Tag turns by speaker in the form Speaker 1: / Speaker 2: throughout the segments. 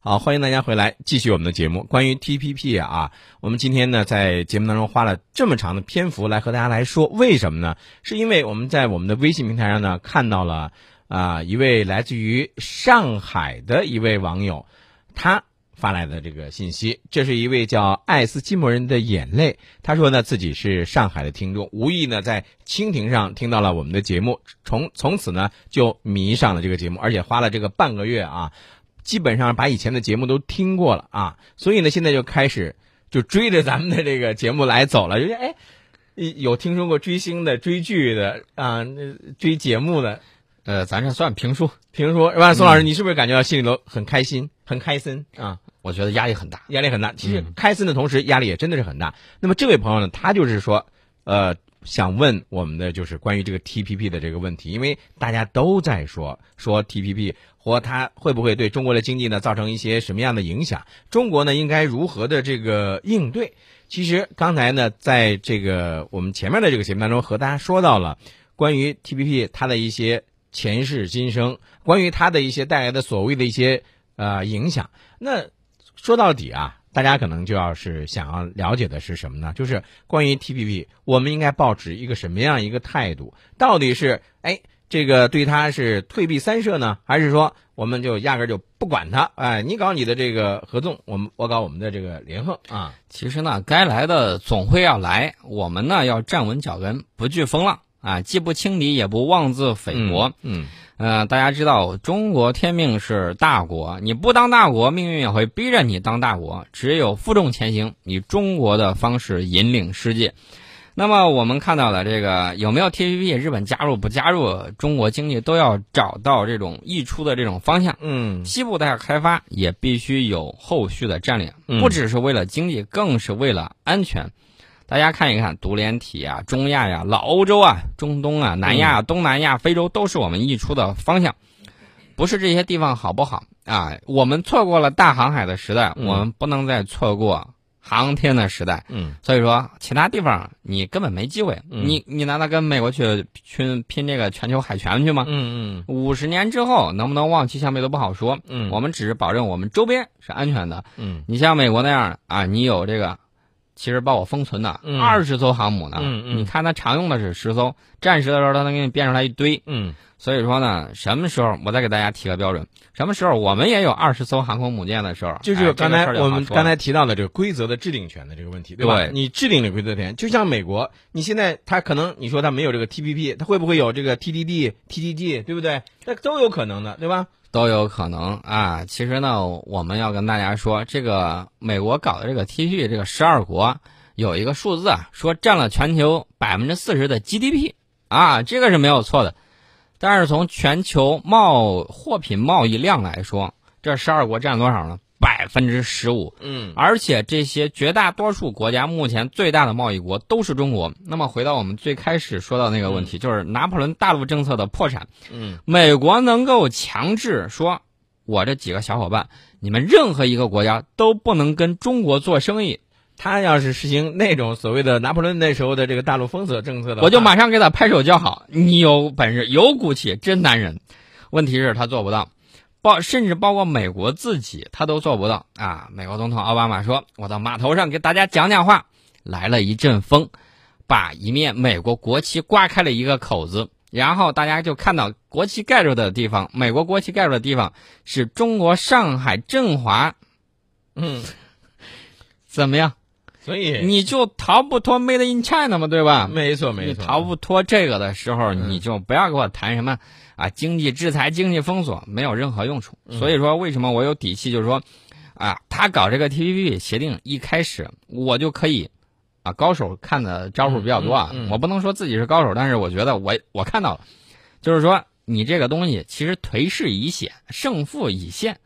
Speaker 1: 好，欢迎大家回来，继续我们的节目。关于 TPP 啊，我们今天呢在节目当中花了这么长的篇幅来和大家来说，为什么呢？是因为我们在我们的微信平台上呢看到了啊、一位来自于上海的一位网友，他发来的这个信息，这是一位叫爱斯基摩人的眼泪，他说呢自己是上海的听众，无意呢在蜻蜓上听到了我们的节目，从从此呢就迷上了这个节目，而且花了这个半个月啊。基本上把以前的节目都听过了啊，所以呢，现在就开始就追着咱们的这个节目来走了。就是哎，有听说过追星的、追剧的啊、那追节目的，
Speaker 2: 呃，咱这算评书，
Speaker 1: 听说是吧？宋老师，你是不是感觉到心里头很开心、很开心啊？
Speaker 2: 我觉得压力很大。
Speaker 1: 压力很大。其实开心的同时，压力也真的是很大。那么这位朋友呢，他就是说，呃，想问我们的就是关于这个 TPP 的这个问题，因为大家都在说说 TPP 或它会不会对中国的经济呢造成一些什么样的影响，中国呢应该如何的这个应对。其实刚才呢，在这个我们前面的这个节目当中和大家说到了关于 TPP 它的一些前世今生，关于它的一些带来的所谓的一些呃影响。那说到底啊，大家可能就要是想要了解的是什么呢？就是关于 TPP，我们应该抱持一个什么样一个态度？到底是哎，这个对它是退避三舍呢，还是说我们就压根儿就不管它？哎，你搞你的这个合纵，我们我搞我们的这个联合啊，
Speaker 2: 其实呢，该来的总会要来，我们呢要站稳脚跟，不惧风浪啊，既不轻敌，也不妄自菲薄。
Speaker 1: 嗯，
Speaker 2: 呃，大家知道，中国天命是大国，你不当大国，命运也会逼着你当大国。只有负重前行，以中国的方式引领世界。那么我们看到了这个有没有 TPP，日本加入不加入，中国经济都要找到这种溢出的这种方向。
Speaker 1: 嗯
Speaker 2: 西部大开发也必须有后续的战略，
Speaker 1: 嗯
Speaker 2: 不只是为了经济，更是为了安全。大家看一看，独联体啊、中亚呀、老欧洲啊、中东啊、南亚、
Speaker 1: 嗯
Speaker 2: 东南亚、非洲，都是我们溢出的方向。不是这些地方好不好啊？我们错过了大航海的时代，
Speaker 1: 嗯
Speaker 2: 我们不能再错过航天的时代。
Speaker 1: 嗯
Speaker 2: 所以说，其他地方你根本没机会。
Speaker 1: 嗯
Speaker 2: 你你难道跟美国去去拼这个全球海权去吗？
Speaker 1: 嗯
Speaker 2: 五十年之后能不能望其项背都不好说。
Speaker 1: 嗯
Speaker 2: 我们只是保证我们周边是安全的。
Speaker 1: 嗯
Speaker 2: 你像美国那样啊，你有这个，其实把我封存的
Speaker 1: 嗯
Speaker 2: 二十艘航母呢。
Speaker 1: 嗯嗯
Speaker 2: 你看它常用的是十艘，战时的时候它能给你变出来一堆。
Speaker 1: 嗯
Speaker 2: 所以说呢，什么时候我再给大家提个标准？什么时候我们也有二十艘航空母舰的时候？
Speaker 1: 就
Speaker 2: 哎
Speaker 1: 是刚才、
Speaker 2: 这个事儿就好
Speaker 1: 我们
Speaker 2: 说
Speaker 1: 刚
Speaker 2: 了
Speaker 1: 才提到的这个规则的制定权的这个问题，对吧？
Speaker 2: 对
Speaker 1: 你制定了规则权，就像美国，你现在他可能你说他没有这个 TPP，他会不会有这个 TDD、TDD，对不对？那都有可能的，对吧？
Speaker 2: 都有可能啊。其实呢，我们要跟大家说，这个美国搞的这个 TP 这个十二国有一个数字啊，说占了全球百分之四十的 GDP 啊，这个是没有错的。但是从全球贸货品贸易量来说，这十二国占多少呢？百分之十五。
Speaker 1: 嗯
Speaker 2: 而且这些绝大多数国家目前最大的贸易国都是中国。那么回到我们最开始说到那个问题，就是拿破仑大陆政策的破产，
Speaker 1: 嗯，
Speaker 2: 美国能够强制说，我这几个小伙伴，你们任何一个国家都不能跟中国做生意，
Speaker 1: 他要是实行那种所谓的拿破仑那时候的这个大陆封锁政策的话，
Speaker 2: 我就马上给他拍手叫好。你有本事，有骨气，真男人。问题是，他做不到。包甚至包括美国自己，他都做不到啊！美国总统奥巴马说：“我到码头上给大家讲讲话。”来了一阵风，把一面美国国旗刮开了一个口子，然后大家就看到国旗盖住的地方，美国国旗盖住的地方是中国上海振华，
Speaker 1: 嗯，
Speaker 2: 怎么样？
Speaker 1: 所以
Speaker 2: 你就逃不脱 Made in China 嘛，对吧？
Speaker 1: 没错没
Speaker 2: 你
Speaker 1: 错，
Speaker 2: 逃不脱这个的时候，
Speaker 1: 嗯
Speaker 2: 你就不要给我谈什么啊经济制裁、经济封锁，没有任何用处。
Speaker 1: 嗯
Speaker 2: 所以说，为什么我有底气，就是说，啊，他搞这个 TPP 协定一开始，我就可以，啊，高手看的招数比较多啊，
Speaker 1: 嗯嗯嗯
Speaker 2: 我不能说自己是高手，但是我觉得我我看到了，就是说你这个东西其实颓势已显，胜负已现，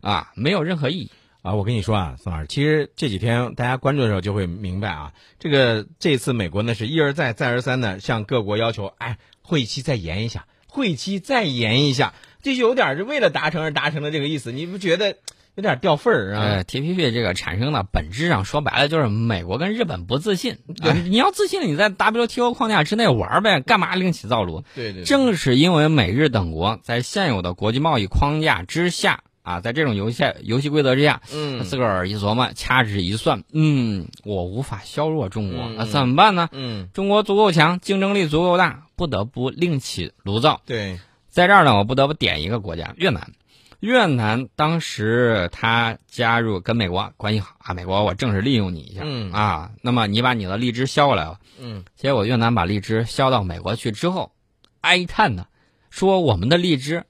Speaker 2: 啊，没有任何意义。
Speaker 1: 啊，我跟你说啊，宋老师，其实这几天大家关注的时候就会明白啊，这个这次美国呢是一而再再而三的向各国要求，哎，会期再延一下，会期再延一下，这就有点是为了达成而达成的这个意思，你不觉得有点掉份儿啊？
Speaker 2: 呃，TPP 这个产生呢，本质上说白了就是美国跟日本不自信。
Speaker 1: 对
Speaker 2: 啊，你要自信，你在 WTO 框架之内玩呗，干嘛另起灶炉？
Speaker 1: 对对对
Speaker 2: 正是因为美日等国在现有的国际贸易框架之下啊，在这种游戏游戏规则之下，
Speaker 1: 嗯
Speaker 2: 自个儿一琢磨，掐指一算，嗯，我无法削弱中国，
Speaker 1: 嗯
Speaker 2: 那、怎么办呢？
Speaker 1: 嗯，
Speaker 2: 中国足够强，竞争力足够大，不得不另起炉灶。
Speaker 1: 对，
Speaker 2: 在这儿呢，我不得不点一个国家——越南。越南当时他加入跟美国关系好啊，美国我正式利用你一下、
Speaker 1: 嗯
Speaker 2: 啊，那么你把你的荔枝削过来了，
Speaker 1: 嗯
Speaker 2: 结果越南把荔枝销到美国去之后，哀叹呢，说我们的荔枝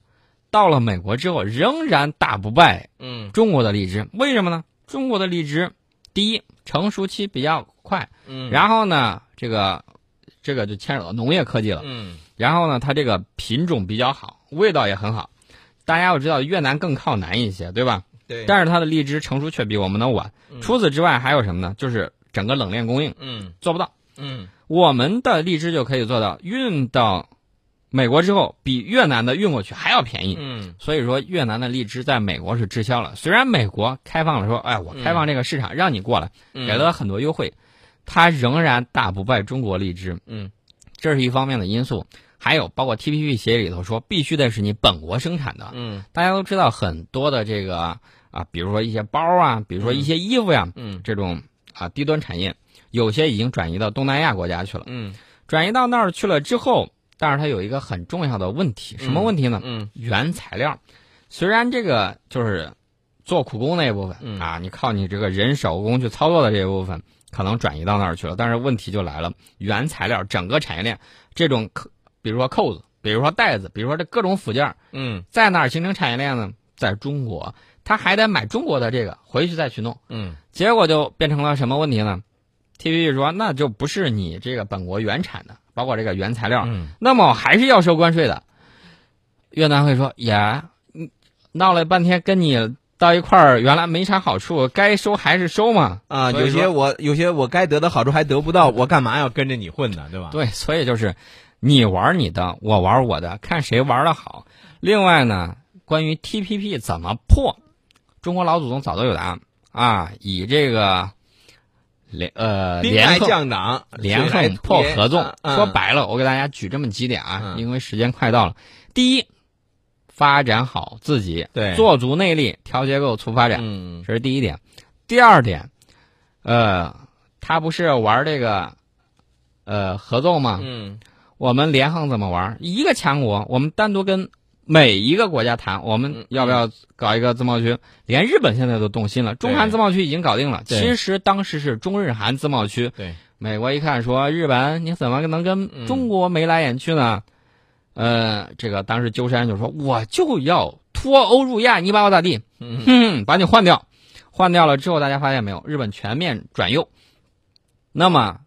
Speaker 2: 到了美国之后仍然打不败
Speaker 1: 嗯
Speaker 2: 中国的荔枝，为什么呢？中国的荔枝，第一成熟期比较快，
Speaker 1: 嗯，
Speaker 2: 然后呢，这个这个就牵扯到农业科技了，
Speaker 1: 嗯
Speaker 2: 然后呢，它这个品种比较好，味道也很好。大家要知道，越南更靠南一些，对吧？
Speaker 1: 对，
Speaker 2: 但是它的荔枝成熟却比我们的晚。
Speaker 1: 嗯
Speaker 2: 除此之外，还有什么呢？就是整个冷链供应
Speaker 1: 嗯
Speaker 2: 做不到。
Speaker 1: 嗯
Speaker 2: 我们的荔枝就可以做到，运到美国之后，比越南的运过去还要便宜。
Speaker 1: 嗯
Speaker 2: 所以说，越南的荔枝在美国是滞销了。虽然美国开放了，说，哎，我开放这个市场，让你过来，
Speaker 1: 嗯，
Speaker 2: 给了很多优惠，它仍然打不败中国荔枝。
Speaker 1: 嗯
Speaker 2: 这是一方面的因素。还有包括 TPP 协议里头说，必须得是你本国生产的。
Speaker 1: 嗯
Speaker 2: 大家都知道，很多的这个啊，比如说一些包啊，比如说一些衣服呀、
Speaker 1: 嗯
Speaker 2: 这种啊低端产业，有些已经转移到东南亚国家去了。
Speaker 1: 嗯
Speaker 2: 转移到那儿去了之后，但是它有一个很重要的问题，什么问题呢？
Speaker 1: 嗯
Speaker 2: 原材料，虽然这个就是做苦工那一部分、
Speaker 1: 嗯
Speaker 2: 啊，你靠你这个人手工去操作的这一部分，可能转移到那儿去了，但是问题就来了，原材料整个产业链这种扣，比如说扣子，比如说带子，比如说这各种附件儿，
Speaker 1: 嗯
Speaker 2: 在哪儿形成产业链呢？在中国，他还得买中国的这个回去再去弄，
Speaker 1: 嗯
Speaker 2: 结果就变成了什么问题呢？TVB 说那就不是你这个本国原产的，包括这个原材料，
Speaker 1: 嗯
Speaker 2: 那么我还是要收关税的。越南会说：“呀，你闹了半天跟你到一块儿，原来没啥好处，该收还是收嘛。
Speaker 1: 啊，
Speaker 2: 所以
Speaker 1: 有些
Speaker 2: 说
Speaker 1: 我有些我该得的好处还得不到，我干嘛要跟着你混呢？对吧？
Speaker 2: 对，所以就是你玩你的，我玩我的，看谁玩的好。另外呢，关于 TPP 怎么破，中国老祖宗早都有答案啊，以这个联呃
Speaker 1: 兵来
Speaker 2: 联合
Speaker 1: 将挡，
Speaker 2: 联
Speaker 1: 水来
Speaker 2: 横
Speaker 1: 土
Speaker 2: 破
Speaker 1: 掩
Speaker 2: 合纵
Speaker 1: 啊。啊
Speaker 2: 说白了，我给大家举这么几点啊，
Speaker 1: 嗯
Speaker 2: 因为时间快到了。第一，发展好自己，
Speaker 1: 对
Speaker 2: 做足内力，调结构，促发展，
Speaker 1: 嗯
Speaker 2: 这是第一点。第二点，呃，他不是玩这个呃合纵吗？
Speaker 1: 嗯
Speaker 2: 我们联横怎么玩？一个强国，我们单独跟每一个国家谈，我
Speaker 1: 嗯
Speaker 2: 们要不要搞一个自贸区？连日本现在都动心了，中韩
Speaker 1: 对
Speaker 2: 自贸区已经搞定了。
Speaker 1: 对
Speaker 2: 其实当时是中日韩自贸区。
Speaker 1: 对，
Speaker 2: 美国一看说，日本你怎么
Speaker 1: 嗯
Speaker 2: 能跟中国眉来眼去呢？呃，这个当时鸠山就说，我就要脱欧入亚，你把我咋地？
Speaker 1: 嗯
Speaker 2: 哼，把你换掉，换掉了之后，大家发现没有，日本全面转右。那么，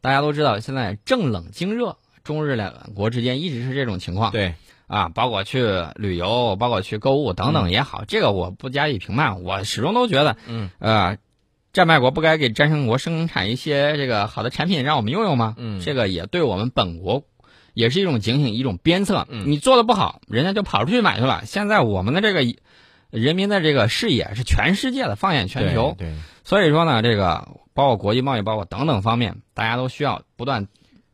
Speaker 2: 大家都知道，现在正冷经热，中日两国之间一直是这种情况
Speaker 1: 对，
Speaker 2: 啊，包括去旅游，包括去购物等等也好，这个我不加以评判，我始终都觉得，
Speaker 1: 嗯
Speaker 2: 呃，战败国不该给战胜国生产一些这个好的产品让我们用用吗？
Speaker 1: 嗯
Speaker 2: 这个也对我们本国也是一种警醒，一种鞭策。
Speaker 1: 嗯
Speaker 2: 你做的不好，人家就跑出去买去了。现在我们的这个人民的这个视野是全世界的，放眼全球。
Speaker 1: 对，
Speaker 2: 所以说呢，这个包括国际贸易，包括等等方面，大家都需要不断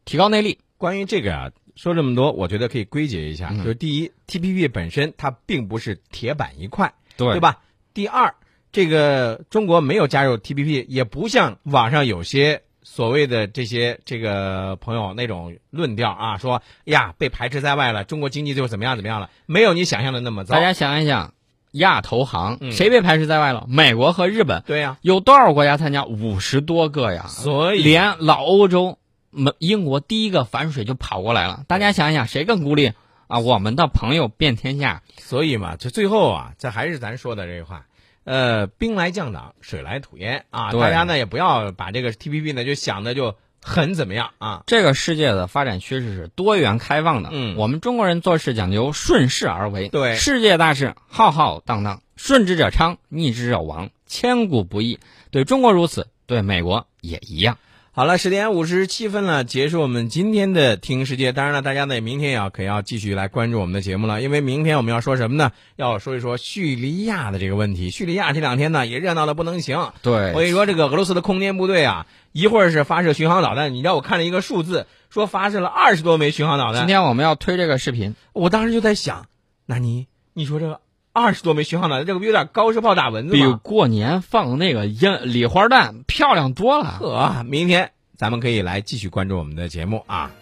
Speaker 2: 提高内力。
Speaker 1: 关于这个啊，说这么多，我觉得可以归结一下，
Speaker 2: 嗯
Speaker 1: 就是第一，TPP 本身它并不是铁板一块，
Speaker 2: 对
Speaker 1: 对吧？第二，这个中国没有加入 TPP，也不像网上有些所谓的这些这个朋友那种论调啊，说呀被排斥在外了，中国经济就怎么样怎么样了，没有你想象的那么糟
Speaker 2: 大。家想一想，亚投行、
Speaker 1: 嗯
Speaker 2: 谁被排斥在外了？美国和日本
Speaker 1: 对呀、
Speaker 2: 有多少国家参加？五十多个呀！
Speaker 1: 所以
Speaker 2: 连老欧洲，没英国第一个反水就跑过来了。大家想一想，谁更孤立啊？我们的朋友遍天下，
Speaker 1: 所以嘛，就最后啊，这还是咱说的这句话，呃，兵来将挡，水来土掩啊。
Speaker 2: 对
Speaker 1: 大家呢也不要把这个 TPP 呢就想的就很怎么样啊。
Speaker 2: 这个世界的发展趋势是多元开放的。
Speaker 1: 嗯
Speaker 2: 我们中国人做事讲究顺势而为。
Speaker 1: 对
Speaker 2: 世界大事浩浩荡荡，顺之者昌，逆之者亡，千古不易。对中国如此，对美国也一样。
Speaker 1: 好了，十点五十七分了，结束我们今天的听世界。当然了，大家呢明天也要可要继续来关注我们的节目了，因为明天我们要说什么呢？要说一说叙利亚的这个问题。叙利亚这两天呢也热闹的不能行，
Speaker 2: 对
Speaker 1: 我跟你说，这个俄罗斯的空天部队啊，一会儿是发射巡航导弹，你知道我看了一个数字，说发射了二十多枚巡航导弹
Speaker 2: 今。天我们要推这个视频，
Speaker 1: 我当时就在想，那你你说这二十多枚巡航导弹，这个不有点高射炮打蚊子
Speaker 2: 比
Speaker 1: 吗？
Speaker 2: 过年放那个烟礼花弹漂亮多了。
Speaker 1: 呵，明天咱们可以来继续关注我们的节目啊。